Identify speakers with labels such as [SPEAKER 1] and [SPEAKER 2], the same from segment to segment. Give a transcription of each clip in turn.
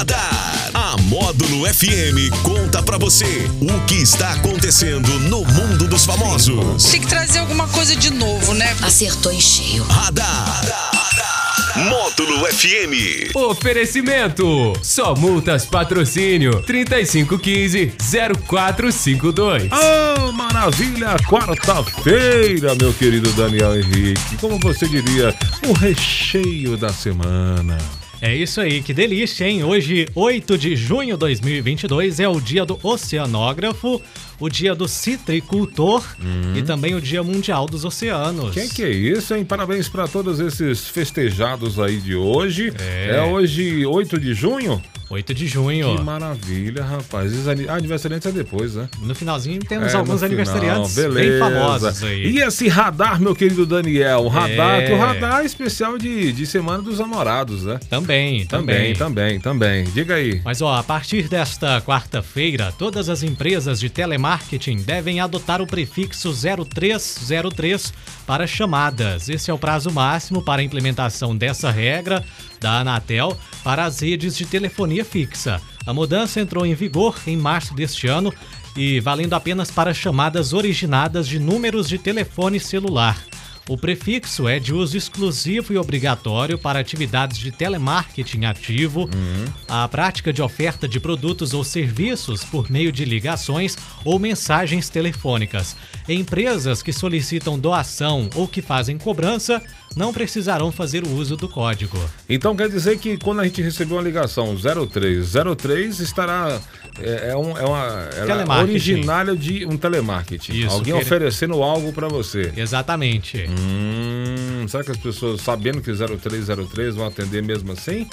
[SPEAKER 1] Radar. A Módulo FM conta pra você o que está acontecendo no mundo dos famosos.
[SPEAKER 2] Tem que trazer alguma coisa de novo, né?
[SPEAKER 3] Acertou em cheio.
[SPEAKER 1] Radar. Módulo FM.
[SPEAKER 4] Oferecimento: Só Multas Patrocínio 3515-0452.
[SPEAKER 5] Ah, maravilha! Quarta-feira, meu querido Daniel Henrique. Como você diria, o recheio da semana.
[SPEAKER 6] É isso aí, que delícia, hein? Hoje, 8 de junho de 2022, é o dia do oceanógrafo, o dia do citricultor e também o dia mundial dos oceanos.
[SPEAKER 5] Quem Hum. que é isso, hein? Parabéns pra todos esses festejados aí de hoje. É, hoje, 8 de junho?
[SPEAKER 6] 8 de junho.
[SPEAKER 5] Que maravilha, rapaz. Esses ani- Ah, aniversariantes é depois, né?
[SPEAKER 6] No finalzinho temos
[SPEAKER 5] É, no
[SPEAKER 6] alguns
[SPEAKER 5] final,
[SPEAKER 6] aniversariantes bem
[SPEAKER 5] beleza.
[SPEAKER 6] famosos aí.
[SPEAKER 5] E esse radar, meu querido Daniel? O radar,
[SPEAKER 6] É.
[SPEAKER 5] que o radar é especial de, de Semana dos Namorados, né?
[SPEAKER 6] Também,
[SPEAKER 5] Também,
[SPEAKER 6] também.
[SPEAKER 5] também, também. Diga aí.
[SPEAKER 6] Mas ó, a partir desta quarta-feira, todas as empresas de telemarketing devem adotar o prefixo 0303 para chamadas. Esse é o prazo máximo para a implementação dessa regra da Anatel para as redes de telefonia fixa. A mudança entrou em vigor em março deste ano e valendo apenas para chamadas originadas de números de telefone celular. O prefixo é de uso exclusivo e obrigatório para atividades de telemarketing ativo,
[SPEAKER 5] Uhum.
[SPEAKER 6] a prática de oferta de produtos ou serviços por meio de ligações ou mensagens telefônicas. Empresas que solicitam doação ou que fazem cobrança não precisarão fazer o uso do código.
[SPEAKER 5] Então quer dizer que quando a gente receber uma ligação 0303 estará. É, é um, é uma. Ela é
[SPEAKER 6] Telemarketing.
[SPEAKER 5] originária de um telemarketing.
[SPEAKER 6] Isso,
[SPEAKER 5] Alguém
[SPEAKER 6] querer-
[SPEAKER 5] oferecendo algo pra você.
[SPEAKER 6] Exatamente.
[SPEAKER 5] Uhum. Hum, será que as pessoas, sabendo que 0303, vão atender mesmo assim?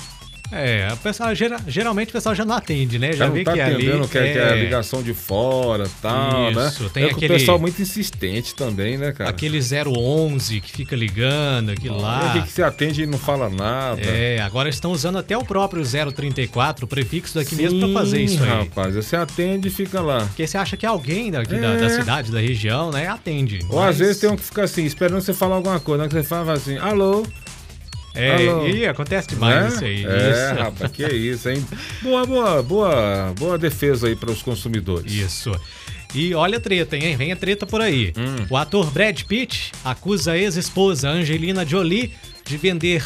[SPEAKER 6] É, o pessoal, gera- geralmente o pessoal já não atende, né? Já
[SPEAKER 5] Já
[SPEAKER 6] vê
[SPEAKER 5] não tá
[SPEAKER 6] que é ali.
[SPEAKER 5] atendendo, que, é... que é
[SPEAKER 6] é-
[SPEAKER 5] ligação de fora tal, né?
[SPEAKER 6] Isso, tem
[SPEAKER 5] é que
[SPEAKER 6] aquele-
[SPEAKER 5] o pessoal muito insistente também, né, cara?
[SPEAKER 6] Aquele 011 que fica ligando, aqui lá.
[SPEAKER 5] Tem gente que se atende e não fala nada.
[SPEAKER 6] É, agora estão usando até o próprio 034, o prefixo daqui é mesmo, pra fazer
[SPEAKER 5] Sim,
[SPEAKER 6] isso aí.
[SPEAKER 5] rapaz, você atende e fica lá.
[SPEAKER 6] Porque você acha que alguém daqui da,
[SPEAKER 5] É.
[SPEAKER 6] da cidade, da região, né, atende.
[SPEAKER 5] Ou
[SPEAKER 6] mas-
[SPEAKER 5] às vezes tem um que fica assim, esperando você falar alguma coisa, né? Que você fala assim, alô,
[SPEAKER 6] É,
[SPEAKER 5] Alô.
[SPEAKER 6] e acontece demais
[SPEAKER 5] né?
[SPEAKER 6] isso aí.
[SPEAKER 5] É,
[SPEAKER 6] isso.
[SPEAKER 5] rapaz, que isso, hein? Boa, boa, boa, boa defesa aí para os consumidores.
[SPEAKER 6] Isso. E olha a treta, hein? Vem a treta por aí. O ator Brad Pitt acusa a ex-esposa Angelina Jolie de vender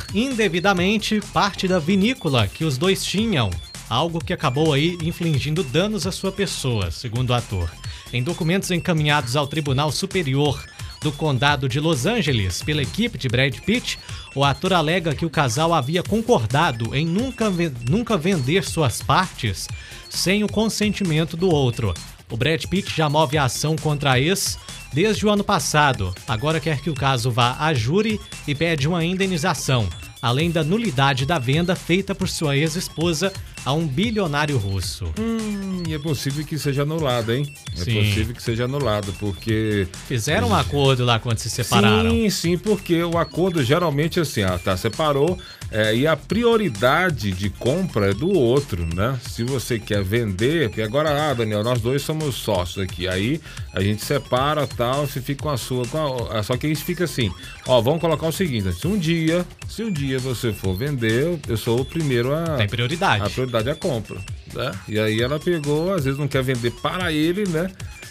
[SPEAKER 6] indevidamente parte da vinícola que os dois tinham. Algo que acabou aí infligindo danos à sua pessoa, segundo o ator. Em documentos encaminhados ao Tribunal Superior do Condado de Los Angeles pela equipe de Brad Pitt, o ator alega que o casal havia concordado em nunca, ve- nunca vender suas partes sem o consentimento do outro. O Brad Pitt já move a ação contra a ex desde o ano passado. Agora quer que o caso vá a júri e pede uma indenização, além da nulidade da venda feita por sua ex-esposa a um bilionário russo.
[SPEAKER 5] Hum, e é possível que seja anulado, hein?
[SPEAKER 6] Sim.
[SPEAKER 5] É possível que seja anulado, porque
[SPEAKER 6] Fizeram um acordo lá quando se separaram.
[SPEAKER 5] Sim, sim, porque o acordo geralmente é assim, ah, tá, separou é, e a prioridade de compra é do outro, né? Se você quer vender, porque agora, ah, Daniel, nós dois somos sócios aqui, aí a gente separa tal, você fica com a sua, com a- só que isso fica assim, ó, vamos colocar o seguinte, se um dia, se um dia você for vender, eu- eu sou o primeiro a...
[SPEAKER 6] Tem prioridade.
[SPEAKER 5] A prioridade é a compra, né? E aí ela pegou, às vezes não quer vender para ele, né?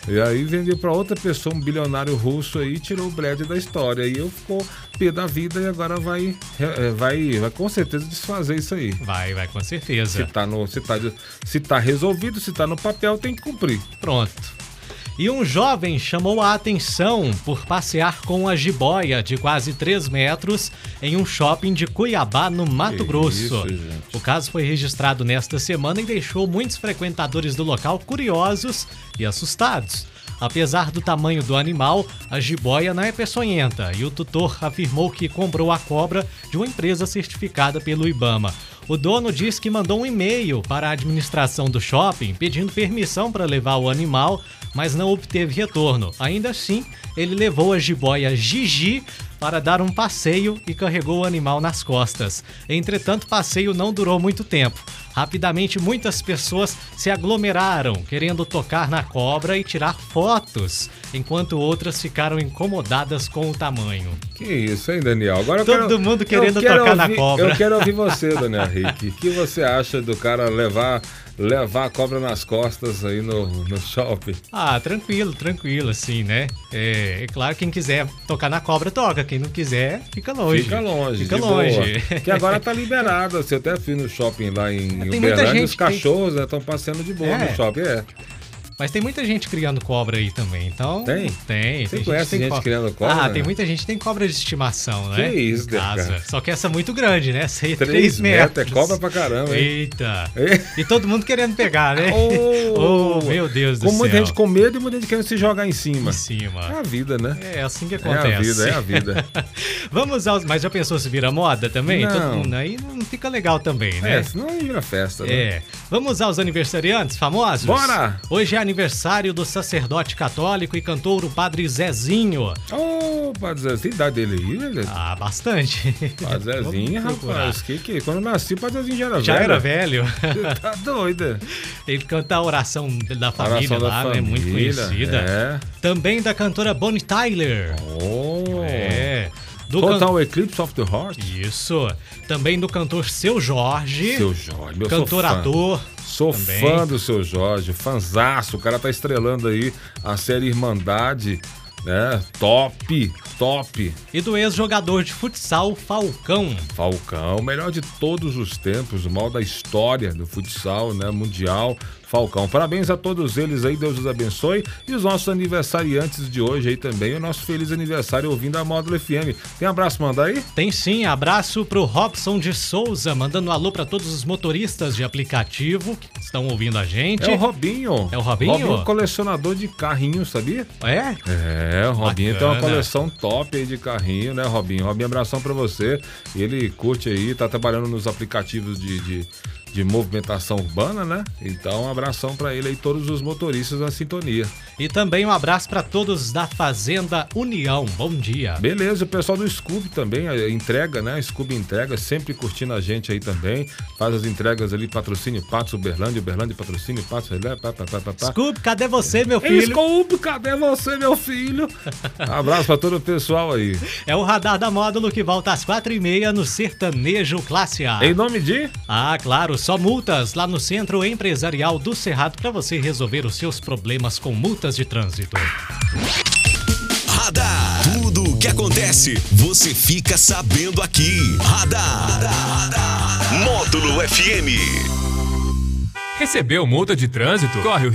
[SPEAKER 5] E aí vendeu para outra pessoa, um bilionário russo aí, tirou o Brad da história. E eu ficou pé da vida e agora vai, é, é, vai, vai com certeza desfazer isso aí.
[SPEAKER 6] Vai, vai, com
[SPEAKER 5] Se
[SPEAKER 6] certeza.
[SPEAKER 5] tá, no, se, tá, se tá resolvido, se tá no papel, tem que cumprir.
[SPEAKER 6] Pronto. E um jovem chamou a atenção por passear com a jiboia de quase 3 metros em um shopping de Cuiabá, no Mato
[SPEAKER 5] Que
[SPEAKER 6] Grosso.
[SPEAKER 5] isso, gente.
[SPEAKER 6] o caso foi registrado nesta semana e deixou muitos frequentadores do local curiosos e assustados. Apesar do tamanho do animal, a jiboia não é peçonhenta e o tutor afirmou que comprou a cobra de uma empresa certificada pelo Ibama. O dono diz que mandou um e-mail para a administração do shopping pedindo permissão para levar o animal, mas não obteve retorno. Ainda assim, ele levou a jiboia Gigi para dar um passeio e carregou o animal nas costas. Entretanto, o passeio não durou muito tempo. Rapidamente, muitas pessoas se aglomeraram, querendo tocar na cobra e tirar fotos, enquanto outras ficaram incomodadas com o tamanho.
[SPEAKER 5] Que isso, hein, Daniel? Agora eu
[SPEAKER 6] Todo
[SPEAKER 5] quero-
[SPEAKER 6] mundo
[SPEAKER 5] eu
[SPEAKER 6] querendo
[SPEAKER 5] quero
[SPEAKER 6] tocar na
[SPEAKER 5] ouvir-
[SPEAKER 6] cobra.
[SPEAKER 5] Eu quero ouvir você, Daniel Henrique. O que você acha do cara levar, levar a cobra nas costas aí no, no shopping?
[SPEAKER 6] Ah, tranquilo, tranquilo, assim, né? É, é claro, quem quiser tocar na cobra, toca. Quem não quiser, fica longe.
[SPEAKER 5] Fica longe.
[SPEAKER 6] Fica
[SPEAKER 5] de boa.
[SPEAKER 6] longe.
[SPEAKER 5] Que agora tá liberado. Você até fui no shopping lá em
[SPEAKER 6] muita
[SPEAKER 5] Uberlândia.
[SPEAKER 6] gente
[SPEAKER 5] Os
[SPEAKER 6] que-
[SPEAKER 5] cachorros estão passeando de boa
[SPEAKER 6] É.
[SPEAKER 5] no shopping. É.
[SPEAKER 6] Mas tem muita gente criando cobra aí também, então.
[SPEAKER 5] Tem?
[SPEAKER 6] Tem.
[SPEAKER 5] Você
[SPEAKER 6] tem
[SPEAKER 5] conhece gente criando cobra,
[SPEAKER 6] Ah,
[SPEAKER 5] né?
[SPEAKER 6] tem muita gente que tem cobra de estimação, né?
[SPEAKER 5] Que isso,
[SPEAKER 6] Em
[SPEAKER 5] cara.
[SPEAKER 6] casa. Só que essa é muito grande, né? Sei,
[SPEAKER 5] Três
[SPEAKER 6] 3 metros.
[SPEAKER 5] metros, é cobra pra caramba, hein?
[SPEAKER 6] Eita.
[SPEAKER 5] É.
[SPEAKER 6] E todo mundo querendo pegar, né?
[SPEAKER 5] Oh!
[SPEAKER 6] oh, meu Deus do
[SPEAKER 5] Com muita
[SPEAKER 6] céu.
[SPEAKER 5] gente com medo e muita gente querendo se jogar em cima.
[SPEAKER 6] Em cima.
[SPEAKER 5] É a vida, né?
[SPEAKER 6] É assim que
[SPEAKER 5] É a
[SPEAKER 6] acontece.
[SPEAKER 5] vida, é a vida.
[SPEAKER 6] Vamos aos. Mas já pensou se vira moda também?
[SPEAKER 5] Não.
[SPEAKER 6] Todo mundo aí não fica legal também, né?
[SPEAKER 5] É, senão aí vira festa, né?
[SPEAKER 6] É. Vamos aos aniversariantes famosos?
[SPEAKER 5] Bora!
[SPEAKER 6] Hoje é aniversário do sacerdote católico e cantor o Padre Zezinho.
[SPEAKER 5] Ô, Padre Zezinho, tem idade dele aí, velho?
[SPEAKER 6] Ah, bastante.
[SPEAKER 5] Padre Zezinho,
[SPEAKER 6] Vamos procurar.
[SPEAKER 5] rapaz, que que... Quando eu nasci, o Padre Zezinho já era
[SPEAKER 6] Já
[SPEAKER 5] velho.
[SPEAKER 6] era velho.
[SPEAKER 5] Você tá doida.
[SPEAKER 6] Ele canta a oração da família
[SPEAKER 5] Oração da
[SPEAKER 6] lá, né? Muito
[SPEAKER 5] família,
[SPEAKER 6] conhecida.
[SPEAKER 5] É.
[SPEAKER 6] Também da cantora Bonnie Tyler.
[SPEAKER 5] Oh.
[SPEAKER 6] É. Do can-
[SPEAKER 5] Total Eclipse of the Heart.
[SPEAKER 6] Isso. Também do cantor Seu Jorge.
[SPEAKER 5] um- Seu Jorge, meu
[SPEAKER 6] cantor
[SPEAKER 5] sou fã.
[SPEAKER 6] ator.
[SPEAKER 5] Sou
[SPEAKER 6] também.
[SPEAKER 5] fã do seu Jorge, fanzaço. O cara tá estrelando aí a série Irmandade, né? Top, top.
[SPEAKER 6] E do ex-jogador de futsal Falcão.
[SPEAKER 5] Falcão, melhor de todos os tempos, o mal da história do futsal, né, mundial. Falcão, parabéns a todos eles aí, Deus os abençoe. E os nossos aniversariantes de hoje aí também, o nosso feliz aniversário ouvindo a Módulo FM. Tem abraço, manda aí?
[SPEAKER 6] Tem sim, abraço pro Robson de Souza, mandando um alô pra todos os motoristas de aplicativo que estão ouvindo a gente.
[SPEAKER 5] É o Robinho.
[SPEAKER 6] É o Robinho?
[SPEAKER 5] Robinho colecionador de carrinhos, sabia?
[SPEAKER 6] É?
[SPEAKER 5] É, o Robinho tem uma
[SPEAKER 6] Bacana.
[SPEAKER 5] coleção top aí de carrinho, né, Robinho? Robinho, abração pra você. Ele curte aí, tá trabalhando nos aplicativos de, de, de movimentação urbana, né? Então, um abração pra ele aí, todos os motoristas na sintonia.
[SPEAKER 6] E também um abraço pra todos da Fazenda União. Bom dia.
[SPEAKER 5] Beleza, o pessoal do Scoob também, a entrega, né? Scoob entrega, sempre curtindo a gente aí também. Faz as entregas ali, patrocínio Patos, Uberlândia, Uberlândia, patrocínio Patos, Relé, pá, pá, pá, pá, pá.
[SPEAKER 6] Desculpe, cadê você, meu filho?
[SPEAKER 5] Scoob, cadê você, meu filho? Abraço pra todo o pessoal aí.
[SPEAKER 6] É o Radar da Módulo que volta às quatro e meia no Sertanejo Classe A.
[SPEAKER 5] Em nome de.
[SPEAKER 6] Ah, claro, só multas lá no Centro Empresarial do Cerrado pra você resolver os seus problemas com multas de trânsito.
[SPEAKER 1] Radar. Tudo o que acontece, você fica sabendo aqui. Radar. Módulo FM.
[SPEAKER 4] Recebeu multa de trânsito? Corre o